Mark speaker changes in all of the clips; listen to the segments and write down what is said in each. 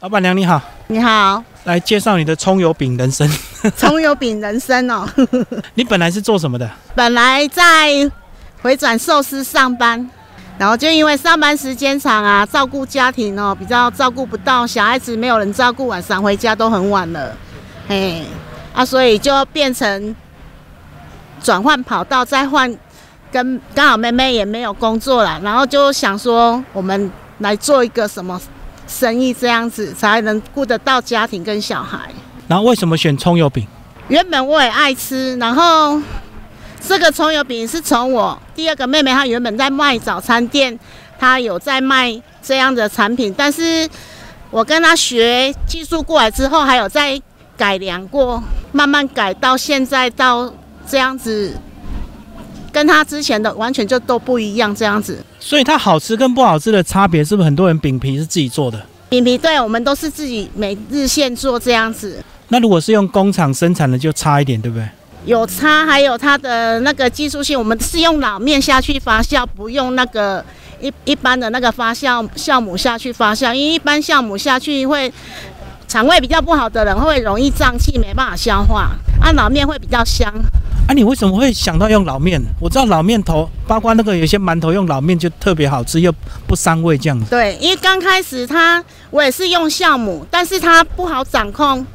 Speaker 1: 老板娘你好，
Speaker 2: 你好，
Speaker 1: 来介绍你的葱油饼人生。
Speaker 2: 葱油饼人生哦，
Speaker 1: 你本来是做什么的？
Speaker 2: 本来在哎回转寿司上班，然后就因为上班时间长啊，照顾家庭哦，比较照顾不到小孩子，没有人照顾，晚上回家都很晚了，嘿，啊，所以就变成转换跑道，再换跟刚好妹妹也没有工作了，然后就想说我们来做一个什么生意，这样子才能顾得到家庭跟小孩。
Speaker 1: 然后为什么选葱油饼？
Speaker 2: 原本我也爱吃，然后这个葱油饼是从我第二个妹妹，她原本在卖早餐店，她有在卖这样的产品，但是我跟她学技术过来之后，还有再改良过，慢慢改到现在到这样子，跟她之前的完全就都不一样这样子。
Speaker 1: 所以它好吃跟不好吃的差别，是不是很多人饼皮是自己做的？
Speaker 2: 饼皮对我们都是自己每日现做这样子，
Speaker 1: 那如果是用工厂生产的，就差一点，对不对？啊
Speaker 2: 有差，还有它的那个技术性，我们是用老面下去发酵，不用那个一一般的那个发酵酵母下去发酵，因为一般酵母下去会肠胃比较不好的人会容易胀气，没办法消化。啊，老面会比较香，
Speaker 1: 啊，你为什么会想到用老面？我知道老面头，包括那个有些馒头用老面就特别好吃，又不伤胃这样子。
Speaker 2: 对，因为刚开始它我也是用酵母，但是它不好掌控，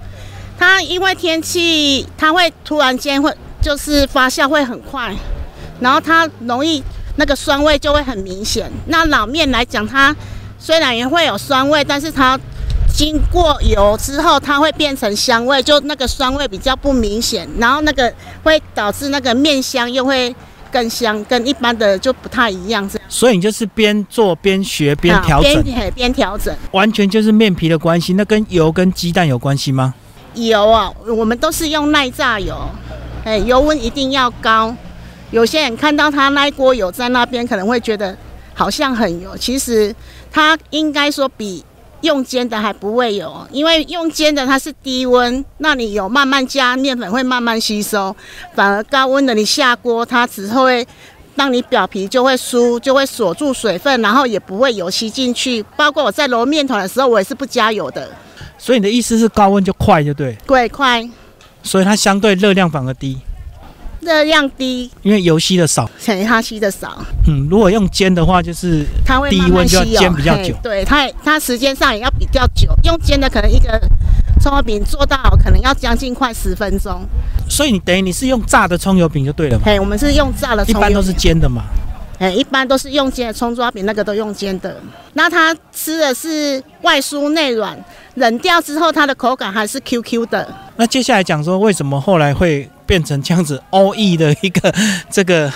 Speaker 2: 它因为天气它会突然间会就是发酵会很快，然后它容易那个酸味就会很明显。那老面来讲，它虽然也会有酸味，但是它经过油之后，它会变成香味，就那个酸味比较不明显，然后那个会导致那个面香又会更香，跟一般的就不太一样。这样
Speaker 1: 所以你就是边做边学边调整，
Speaker 2: 边嘿边调整。
Speaker 1: 完全就是面皮的关系。那跟油跟鸡蛋有关系吗？
Speaker 2: 油啊，我们都是用耐炸油，哎，油温一定要高。有些人看到他那一锅油在那边，可能会觉得好像很油，其实它应该说比用煎的还不会油，因为用煎的它是低温，那你油慢慢加，面粉会慢慢吸收，反而高温的你下锅，它只会让你表皮就会酥，就会锁住水分，然后也不会油吸进去。包括我在揉面团的时候，我也是不加油的，
Speaker 1: 所以你的意思是高温就快，就对。
Speaker 2: 快快
Speaker 1: 所以它相对热量反而低，
Speaker 2: 热量低，
Speaker 1: 因为油吸的少。
Speaker 2: 嘿，它吸的少，
Speaker 1: 嗯，如果用煎的话，就是
Speaker 2: 它会
Speaker 1: 低
Speaker 2: 慢慢
Speaker 1: 温就要
Speaker 2: 吸油哦
Speaker 1: 煎比较
Speaker 2: 嘿
Speaker 1: 久
Speaker 2: 对，它它时间上也要比较久。用煎的可能一个葱油饼做到可能要将近快十分钟。
Speaker 1: 所以你等于你是用炸的葱油饼就对了嘛，
Speaker 2: 嘿，我们是用炸的
Speaker 1: 一
Speaker 2: 葱油
Speaker 1: 般
Speaker 2: 饼，
Speaker 1: 都是煎的嘛。
Speaker 2: 哎，一般都是用煎的葱抓饼，那个都用煎的。那它吃的是外酥内软，冷掉之后它的口感还是 QQ 的。
Speaker 1: 那接下来讲说为什么后来会变成这样子 all E 的一个 这个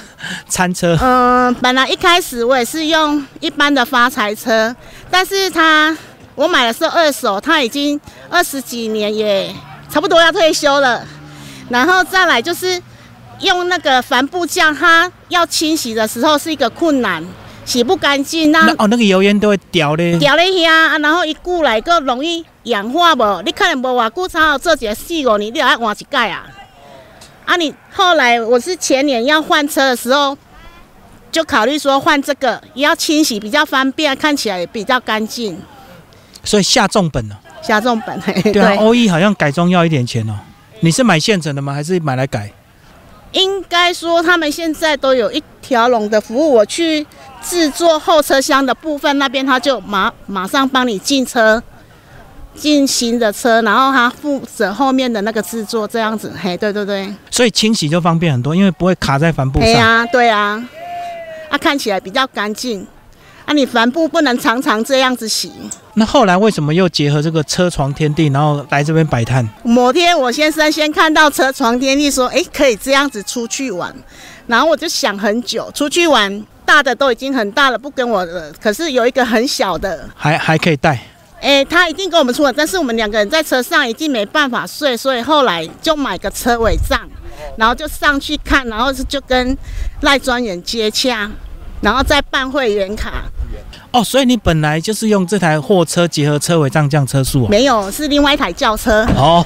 Speaker 1: 餐车，
Speaker 2: 嗯，本来一开始我也是用一般的发财车，但是它我买的是二手，它已经二十几年也差不多要退休了。然后再来就是用那个帆布酱，它要清洗的时候是一个困难，洗不干净，那
Speaker 1: 那哦那个油烟都会掉嘞。
Speaker 2: 掉咧遐，啊，然后伊久来佫容易氧化无，你可能无偌久，才好做一个四五年，你就要换一届啊。啊，你后来我是前年要换车的时候，就考虑说换这个，也要清洗比较方便，看起来也比较干净。
Speaker 1: 所以下重本了。
Speaker 2: 下重本，嘿
Speaker 1: 对啊，all E 好像改装要一点钱哦。你是买现成的吗？还是买来改？
Speaker 2: 应该说他们现在都有一条龙的服务。我去制作后车厢的部分那边，他就马马上帮你进车，进新的车，然后他负责后面的那个制作，这样子。嘿，对对对，
Speaker 1: 所以清洗就方便很多，因为不会卡在帆布
Speaker 2: 嘿
Speaker 1: 上。
Speaker 2: 呀、对啊，啊，看起来比较干净。啊，你帆布不能常常这样子洗。
Speaker 1: 那后来为什么又结合这个车床天地，然后来这边摆摊？
Speaker 2: 某天我先生先看到车床天地说，诶，可以这样子出去玩，然后我就想很久，出去玩大的都已经很大了，不跟我了，可是有一个很小的，
Speaker 1: 还还可以带？
Speaker 2: 诶，他一定跟我们出门，但是我们两个人在车上已经没办法睡，所以后来就买个车尾帐，然后就上去看，然后就跟赖专员接洽，然后再办会员卡，
Speaker 1: 哦，所以你本来就是用这台货车结合车尾账降车速哦。
Speaker 2: 没有是另外一台轿车。
Speaker 1: 哦，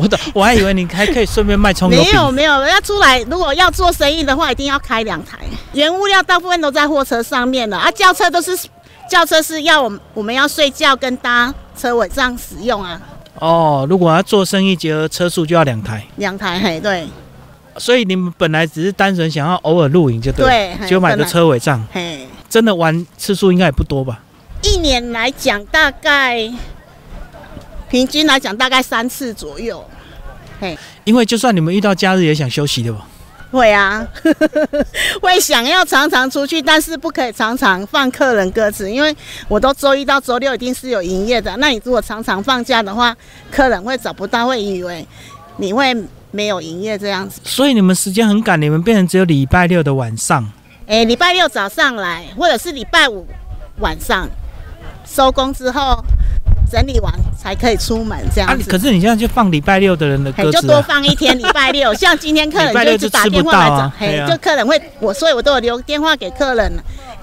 Speaker 1: 我 懂，我还以为你还可以顺便卖葱油
Speaker 2: 没有
Speaker 1: 饼。
Speaker 2: 没有，要出来如果要做生意的话，一定要开两台。原物料大部分都在货车上面了，啊，轿车都是轿车是要我们我们要睡觉跟搭车尾这样使用啊，
Speaker 1: 哦，如果要做生意结合车速就要两台，
Speaker 2: 两台嘿，对
Speaker 1: 所以你们本来只是单纯想要偶尔露营就对了，
Speaker 2: 对，嘿
Speaker 1: 就买个，车尾帐，
Speaker 2: 本来嘿，
Speaker 1: 真的玩次数应该也不多吧？
Speaker 2: 一年来讲大概平均来讲大概三次左右，
Speaker 1: 因为就算你们遇到假日也想休息的吧？
Speaker 2: 会啊， 会想要常常出去，但是不可以常常放客人鸽子，因为我都周一到周六一定是有营业的。那你如果常常放假的话，客人会找不到，会以为你会没有营业这样子。
Speaker 1: 所以你们时间很赶，你们变成只有礼拜六的晚上。
Speaker 2: 诶，哎礼拜六早上来，或者是礼拜五晚上收工之后整理完才可以出门这
Speaker 1: 啊，
Speaker 2: 样
Speaker 1: 你
Speaker 2: 子。
Speaker 1: 可是你现在就放礼拜六的人的
Speaker 2: 嘿，
Speaker 1: 鸽
Speaker 2: 就
Speaker 1: 子、
Speaker 2: 多
Speaker 1: 啊，
Speaker 2: 放一天，礼拜 六。像今天客人
Speaker 1: 礼拜
Speaker 2: 就
Speaker 1: 六
Speaker 2: 一直
Speaker 1: 就
Speaker 2: 打
Speaker 1: 吃
Speaker 2: 电
Speaker 1: 不
Speaker 2: 话来
Speaker 1: 到
Speaker 2: 找
Speaker 1: 啊，
Speaker 2: 嘿
Speaker 1: 对，啊
Speaker 2: 就客人会，我所以我都有留电话给客人了，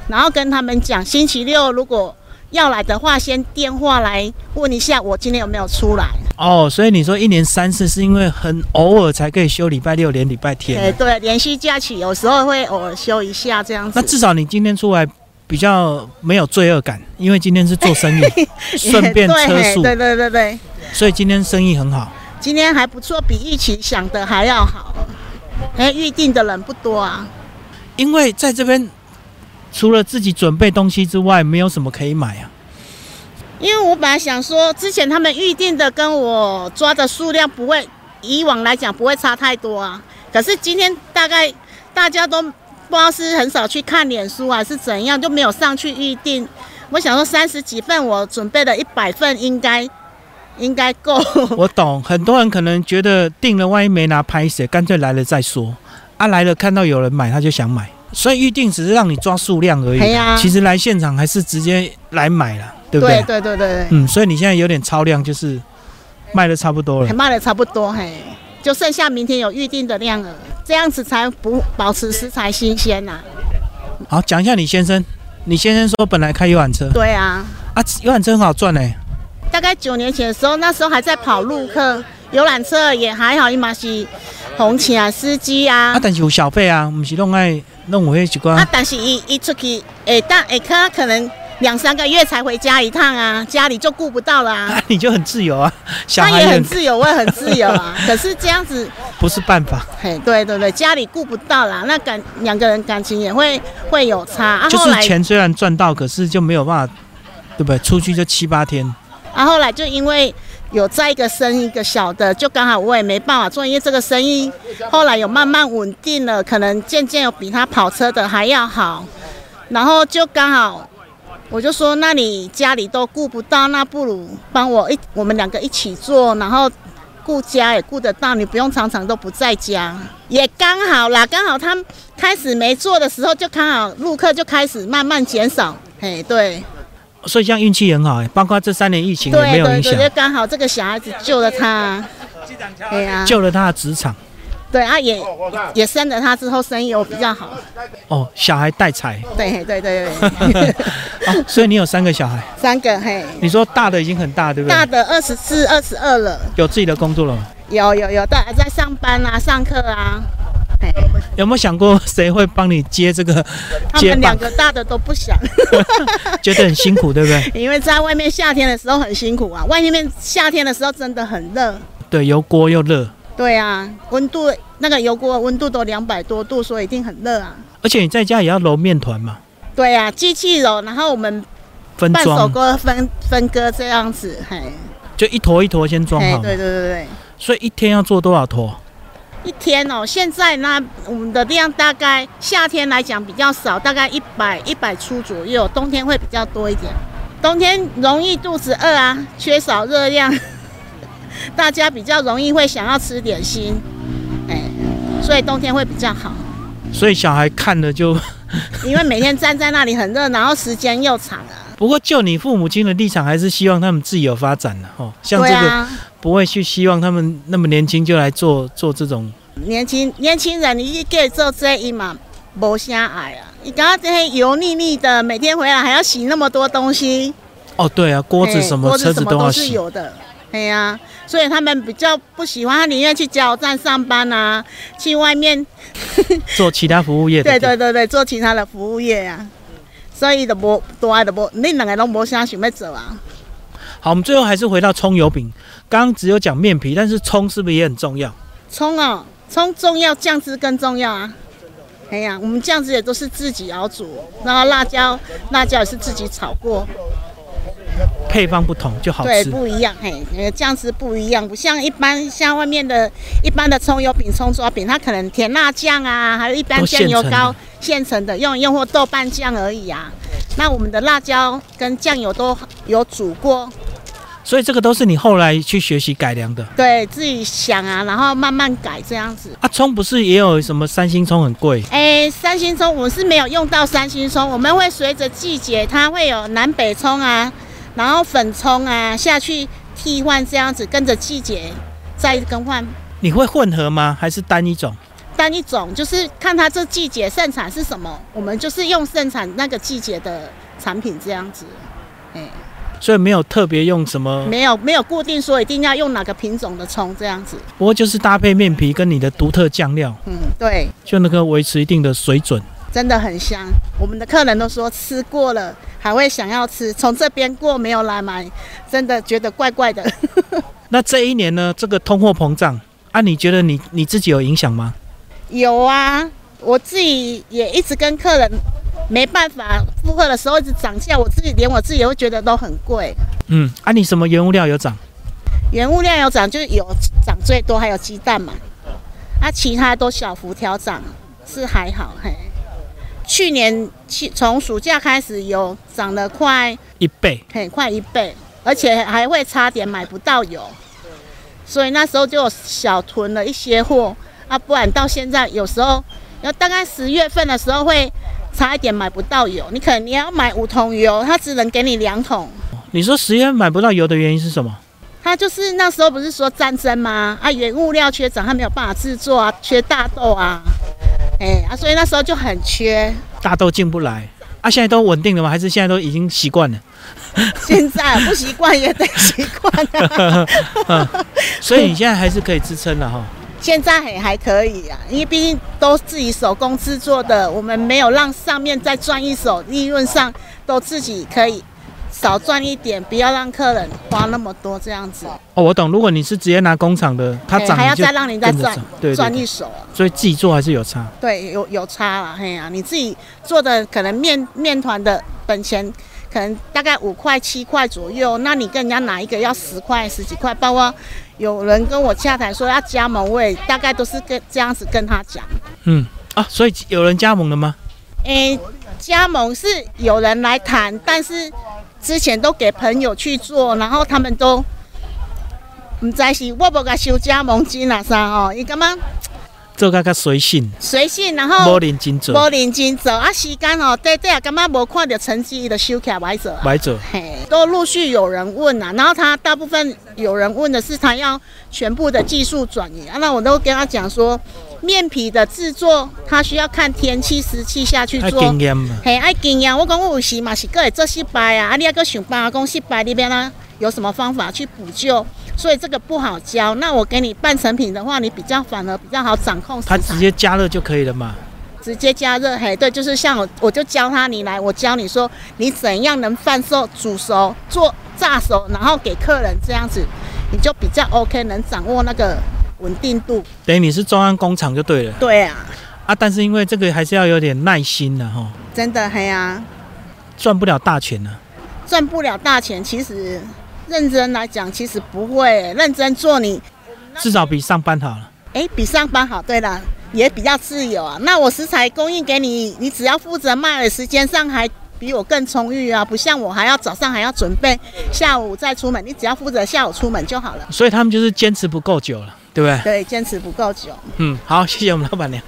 Speaker 2: 然后跟他们讲，星期六如果要来的话，先电话来问一下我今天有没有出来。
Speaker 1: 哦，所以你说一年三次是因为很偶尔才可以休礼拜六连礼拜天、啊
Speaker 2: 对对，连续假期有时候会偶尔休一下这样
Speaker 1: 那
Speaker 2: 子。
Speaker 1: 至少你今天出来比较没有罪恶感，因为今天是做 生意， 顺便
Speaker 2: 对
Speaker 1: 车
Speaker 2: 嘿
Speaker 1: 速，
Speaker 2: 对对对对，
Speaker 1: 所以今天生意很好。
Speaker 2: 今天还不错，比预期想的还要好。哎，预定的人不多啊。
Speaker 1: 因为在这边除了自己准备东西之外，没有什么可以买啊。
Speaker 2: 因为我本来想说，之前他们预定的跟我抓的数量不会，以往来讲不会差太多啊。可是今天大概大家都不知道是很少去看脸书啊，是怎样，就没有上去预定。我想说三十几份，我准备了一百份，应该应该够。
Speaker 1: 我懂，很多人可能觉得订了，万一没拿拍谁，干脆来了再说。啊，来了看到有人买，他就想买，所以预定只是让你抓数量而
Speaker 2: 哎
Speaker 1: 已。
Speaker 2: 呀
Speaker 1: 其实来现场还是直接来买了，对不
Speaker 2: 对对对对
Speaker 1: 嗯，所以你现在有点超量，就是卖的差不多
Speaker 2: 对，
Speaker 1: 了
Speaker 2: 还。卖的差不多嘿，就剩下明天有预定的量了，这样子才不保持食材新鲜啊呐、
Speaker 1: 好，讲一下你先生。你先生说本来开游览车
Speaker 2: 对啊。
Speaker 1: 啊，游览车很好赚欸呢、
Speaker 2: 大概九年前的时候，那时候还在跑路客，游览车也还好，伊嘛是红旗啊、司机啊
Speaker 1: 啊，。但是有小费啊，我们是弄爱弄我那几关
Speaker 2: 啊，但是伊伊出去，诶，但诶，他可能两三个月才回家一趟啊，家里就顾不到了啊。
Speaker 1: 啊， 你就很自由啊，小
Speaker 2: 他
Speaker 1: 孩
Speaker 2: 也
Speaker 1: 也
Speaker 2: 很
Speaker 1: 很
Speaker 2: 自由，我也很自由啊。 可是这样子，
Speaker 1: 不是办法，
Speaker 2: 嘿，对对对，家里顾不到啦，那感两个人感情也会会有差啊。
Speaker 1: 就
Speaker 2: 后
Speaker 1: 是
Speaker 2: 来
Speaker 1: 钱虽然赚到，可是就没有办法，对不对？出去就七八天，
Speaker 2: 啊，后来就因为有在一个生意一个小的，就刚好我也没办法做，因为这个生意后来有慢慢稳定了，可能渐渐有比他跑车的还要好，然后就刚好。我就说，那你家里都顾不到，那不如帮我一，我们两个一起做，然后顾家也顾得到，你不用常常都不在家，也刚好啦，刚好他开始没做的时候，就刚好陆客就开始慢慢减少，嘿，对，
Speaker 1: 所以这样运气很好、欸，包括这三年疫情也没
Speaker 2: 对
Speaker 1: 有
Speaker 2: 对
Speaker 1: 影响
Speaker 2: 对，，就刚好这个小孩子救了他，对呀、啊，
Speaker 1: 救了他的职场。
Speaker 2: 对啊也也生了他之后生意有比较好，
Speaker 1: 哦，小孩带 财、
Speaker 2: 对对对对，
Speaker 1: 哦，所以你有三个小孩，
Speaker 2: 三个嘿，
Speaker 1: 你说大的已经很大，对不
Speaker 2: 大
Speaker 1: 对？
Speaker 2: 的二十四、二十二了，
Speaker 1: 有自己的工作了吗，
Speaker 2: 有有有，大在上班啊、上课啊，嘿，
Speaker 1: 有没有想过谁会帮你接这个
Speaker 2: 他
Speaker 1: 接
Speaker 2: 们两
Speaker 1: 棒？
Speaker 2: 个大的都不想，
Speaker 1: 觉得很辛苦，对不 对？
Speaker 2: 因为在外面夏天的时候很辛苦啊，外面夏天的时候真的很热，
Speaker 1: 对，油锅又热，
Speaker 2: 对啊，温度那个油锅的温度都两百多度，所以一定很热啊，
Speaker 1: 而且你在家也要揉面团嘛，
Speaker 2: 对啊，机器揉，然后我们
Speaker 1: 分
Speaker 2: 半首
Speaker 1: 装，
Speaker 2: 歌分分割这样子，嘿，
Speaker 1: 就一坨一坨先装
Speaker 2: 嘿
Speaker 1: 好，嘛
Speaker 2: 对对对对，
Speaker 1: 所以一天要做多少坨？
Speaker 2: 一天哦，现在那我们的量大概夏天来讲比较少，大概一百一百出左右，冬天会比较多一点。冬天容易肚子饿啊，缺少热量， 大家比较容易会想要吃点心，哎，所以冬天会比较好，
Speaker 1: 所以小孩看了
Speaker 2: 嗯
Speaker 1: 就
Speaker 2: 因为每天站在那里很热，然后时间又长啊。
Speaker 1: 不过，就你父母亲的立场，还是希望他们自己有发展的、哦。像
Speaker 2: 对
Speaker 1: 这个、
Speaker 2: 啊，
Speaker 1: 不会去希望他们那么年轻就来做做这种，
Speaker 2: 年轻年轻人，你叫他做这一嘛，无啥爱啊！你刚刚这些油腻腻的，每天回来还要洗那么多东西，
Speaker 1: 哦，对啊，锅子
Speaker 2: 嘿
Speaker 1: 什
Speaker 2: 锅
Speaker 1: 么、
Speaker 2: 子
Speaker 1: 车
Speaker 2: 什
Speaker 1: 子
Speaker 2: 么
Speaker 1: 都要
Speaker 2: 是
Speaker 1: 洗，
Speaker 2: 有的。哎呀、所以他们比较不喜欢，他宁愿去加油站上班啊，去外面，
Speaker 1: 做其他服务业的。
Speaker 2: 对对对对，做其他的服务业啊。所以都无多爱都无，恁两个都无啥想要做啊。
Speaker 1: 好，我们最后还是回到葱油饼。刚刚只有讲面皮，但是葱是不是也很重要？
Speaker 2: 葱哦，葱重要，酱汁更重要啊。哎呀，我们酱汁也都是自己熬煮，然后辣椒辣椒也是自己炒过，
Speaker 1: 配方不同就好
Speaker 2: 对，
Speaker 1: 吃。
Speaker 2: 不一样。嘿，呃，酱汁不一样，不像一般像外面的一般的葱油饼、葱抓饼，它可能甜辣酱啊，还有一般
Speaker 1: 都
Speaker 2: 酱油
Speaker 1: 现成的
Speaker 2: 膏现成的，用用或豆瓣酱而已啊。那我们的辣椒跟酱油都有煮过，
Speaker 1: 所以这个都是你后来去学习改良的。
Speaker 2: 对自己想啊，然后慢慢改这样子。
Speaker 1: 啊，葱不是也有什么三星葱很贵？
Speaker 2: 哎，三星葱我们是没有用到三星葱，我们会随着季节，它会有南北葱啊，然后粉葱啊下去替换，这样子跟着季节再更换。
Speaker 1: 你会混合吗？还是单一种？
Speaker 2: 单一种就是看它这季节盛产是什么，我们就是用盛产那个季节的产品这样子，
Speaker 1: 所以没有特别用什么，
Speaker 2: 没有没有固定说一定要用哪个品种的葱这样子。
Speaker 1: 不过就是搭配面皮跟你的独特酱料，
Speaker 2: 嗯，对，
Speaker 1: 就能够维持一定的水准。
Speaker 2: 真的很香。我们的客人都说吃过了，还会想要吃。从这边过没有来买，真的觉得怪怪的。
Speaker 1: 那这一年呢，这个通货膨胀啊，你觉得你你自己有影响吗？
Speaker 2: 有啊，我自己也一直跟客人没办法负荷的时候一直涨价，我自己连我自己也会觉得都很贵。
Speaker 1: 嗯，啊，你什么原物料有涨？
Speaker 2: 原物料有涨，就是有涨最多，还有鸡蛋嘛。啊，其他都小幅调涨，是还好嘿。去年去从暑假开始有涨了快
Speaker 1: 一倍，
Speaker 2: 很快一倍，而且还会差点买不到油，所以那时候就小囤了一些货啊，不然到现在有时候要大概十月份的时候会差一点买不到油，你可能你要买五桶油，它只能给你两桶。
Speaker 1: 你说十月买不到油的原因是什么？
Speaker 2: 它就是那时候不是说战争吗？啊，原物料缺涨，它没有办法制作啊，缺大豆啊，哎、啊，所以那时候就很缺。
Speaker 1: 大豆进不来啊，现在都稳定了吗？还是现在都已经习惯了？
Speaker 2: 现在啊不习惯也得习惯 啊。
Speaker 1: 所以你现在还是可以支撑了哈。
Speaker 2: 现在也还可以啊，因为毕竟都自己手工制作的，我们没有让上面再赚一手，利润上都自己可以少赚一点，不要让客人花那么多这样子。
Speaker 1: 哦，我懂。如果你是直接拿工厂的，它
Speaker 2: 哎
Speaker 1: 涨
Speaker 2: 还要
Speaker 1: 你就
Speaker 2: 再让你再
Speaker 1: 跟着
Speaker 2: 赚
Speaker 1: 涨对对
Speaker 2: 赚一
Speaker 1: 对，
Speaker 2: 手啊，
Speaker 1: 所以自己做还是有差。
Speaker 2: 对，有有差了，嘿啊，你自己做的可能面面团的本钱可能大概五块七块左右，那你跟人家拿一个要十块十几块，包括有人跟我洽谈说要加盟，我也大概都是跟这样子跟他讲。
Speaker 1: 嗯啊，所以有人加盟了吗？
Speaker 2: 诶、哎加盟是有人来谈，但是之前都给朋友去做，然后他们都唔知是我无甲收加盟金啊啥哦，伊感觉
Speaker 1: 这个较随性，
Speaker 2: 随性，然
Speaker 1: 无
Speaker 2: 后
Speaker 1: 认真做，
Speaker 2: 哦无认真做啊，时间哦短短啊，感觉无看到成绩，伊就收起来歹做啊。
Speaker 1: 白做。
Speaker 2: 嘿，都陆续有人问啊，然后他大部分有人问的是他要全部的技术转移啊，那我都跟他讲说，面皮的制作他需要看天气湿气下去
Speaker 1: 太
Speaker 2: 做
Speaker 1: 经。验嘛，
Speaker 2: 嘿，爱经验，我讲我有时嘛是个会做失败啊，啊，你还个想办法讲失败，你要哪有什么方法去补救？所以这个不好教。那我给你半成品的话，你比较反而比较好掌控市
Speaker 1: 它
Speaker 2: 场，
Speaker 1: 直接加热就可以了嘛。
Speaker 2: 直接加热。嘿，对，就是像我，我就教他，你来，我教你说你怎样能贩售、煮熟、做炸熟，然后给客人这样子，你就比较 OK，能掌握那个稳定度。
Speaker 1: 等于你是中央工厂就对了
Speaker 2: 对啊，
Speaker 1: 啊，但是因为这个还是要有点耐心的、哈，
Speaker 2: 真的嘿啊。
Speaker 1: 赚不了大钱啊呢、
Speaker 2: 赚不了大钱，其实认真来讲，其实不会、认真做你，
Speaker 1: 至少比上班好了。
Speaker 2: 哎、比上班好。对了，也比较自由啊。那我食材供应给你，你只要负责卖了，时间上还比我更充裕啊。不像我还要早上还要准备，下午再出门，你只要负责下午出门就好了。
Speaker 1: 所以他们就是坚持不够久了，对不对？
Speaker 2: 对，坚持不够久。
Speaker 1: 嗯，好，谢谢我们老板娘。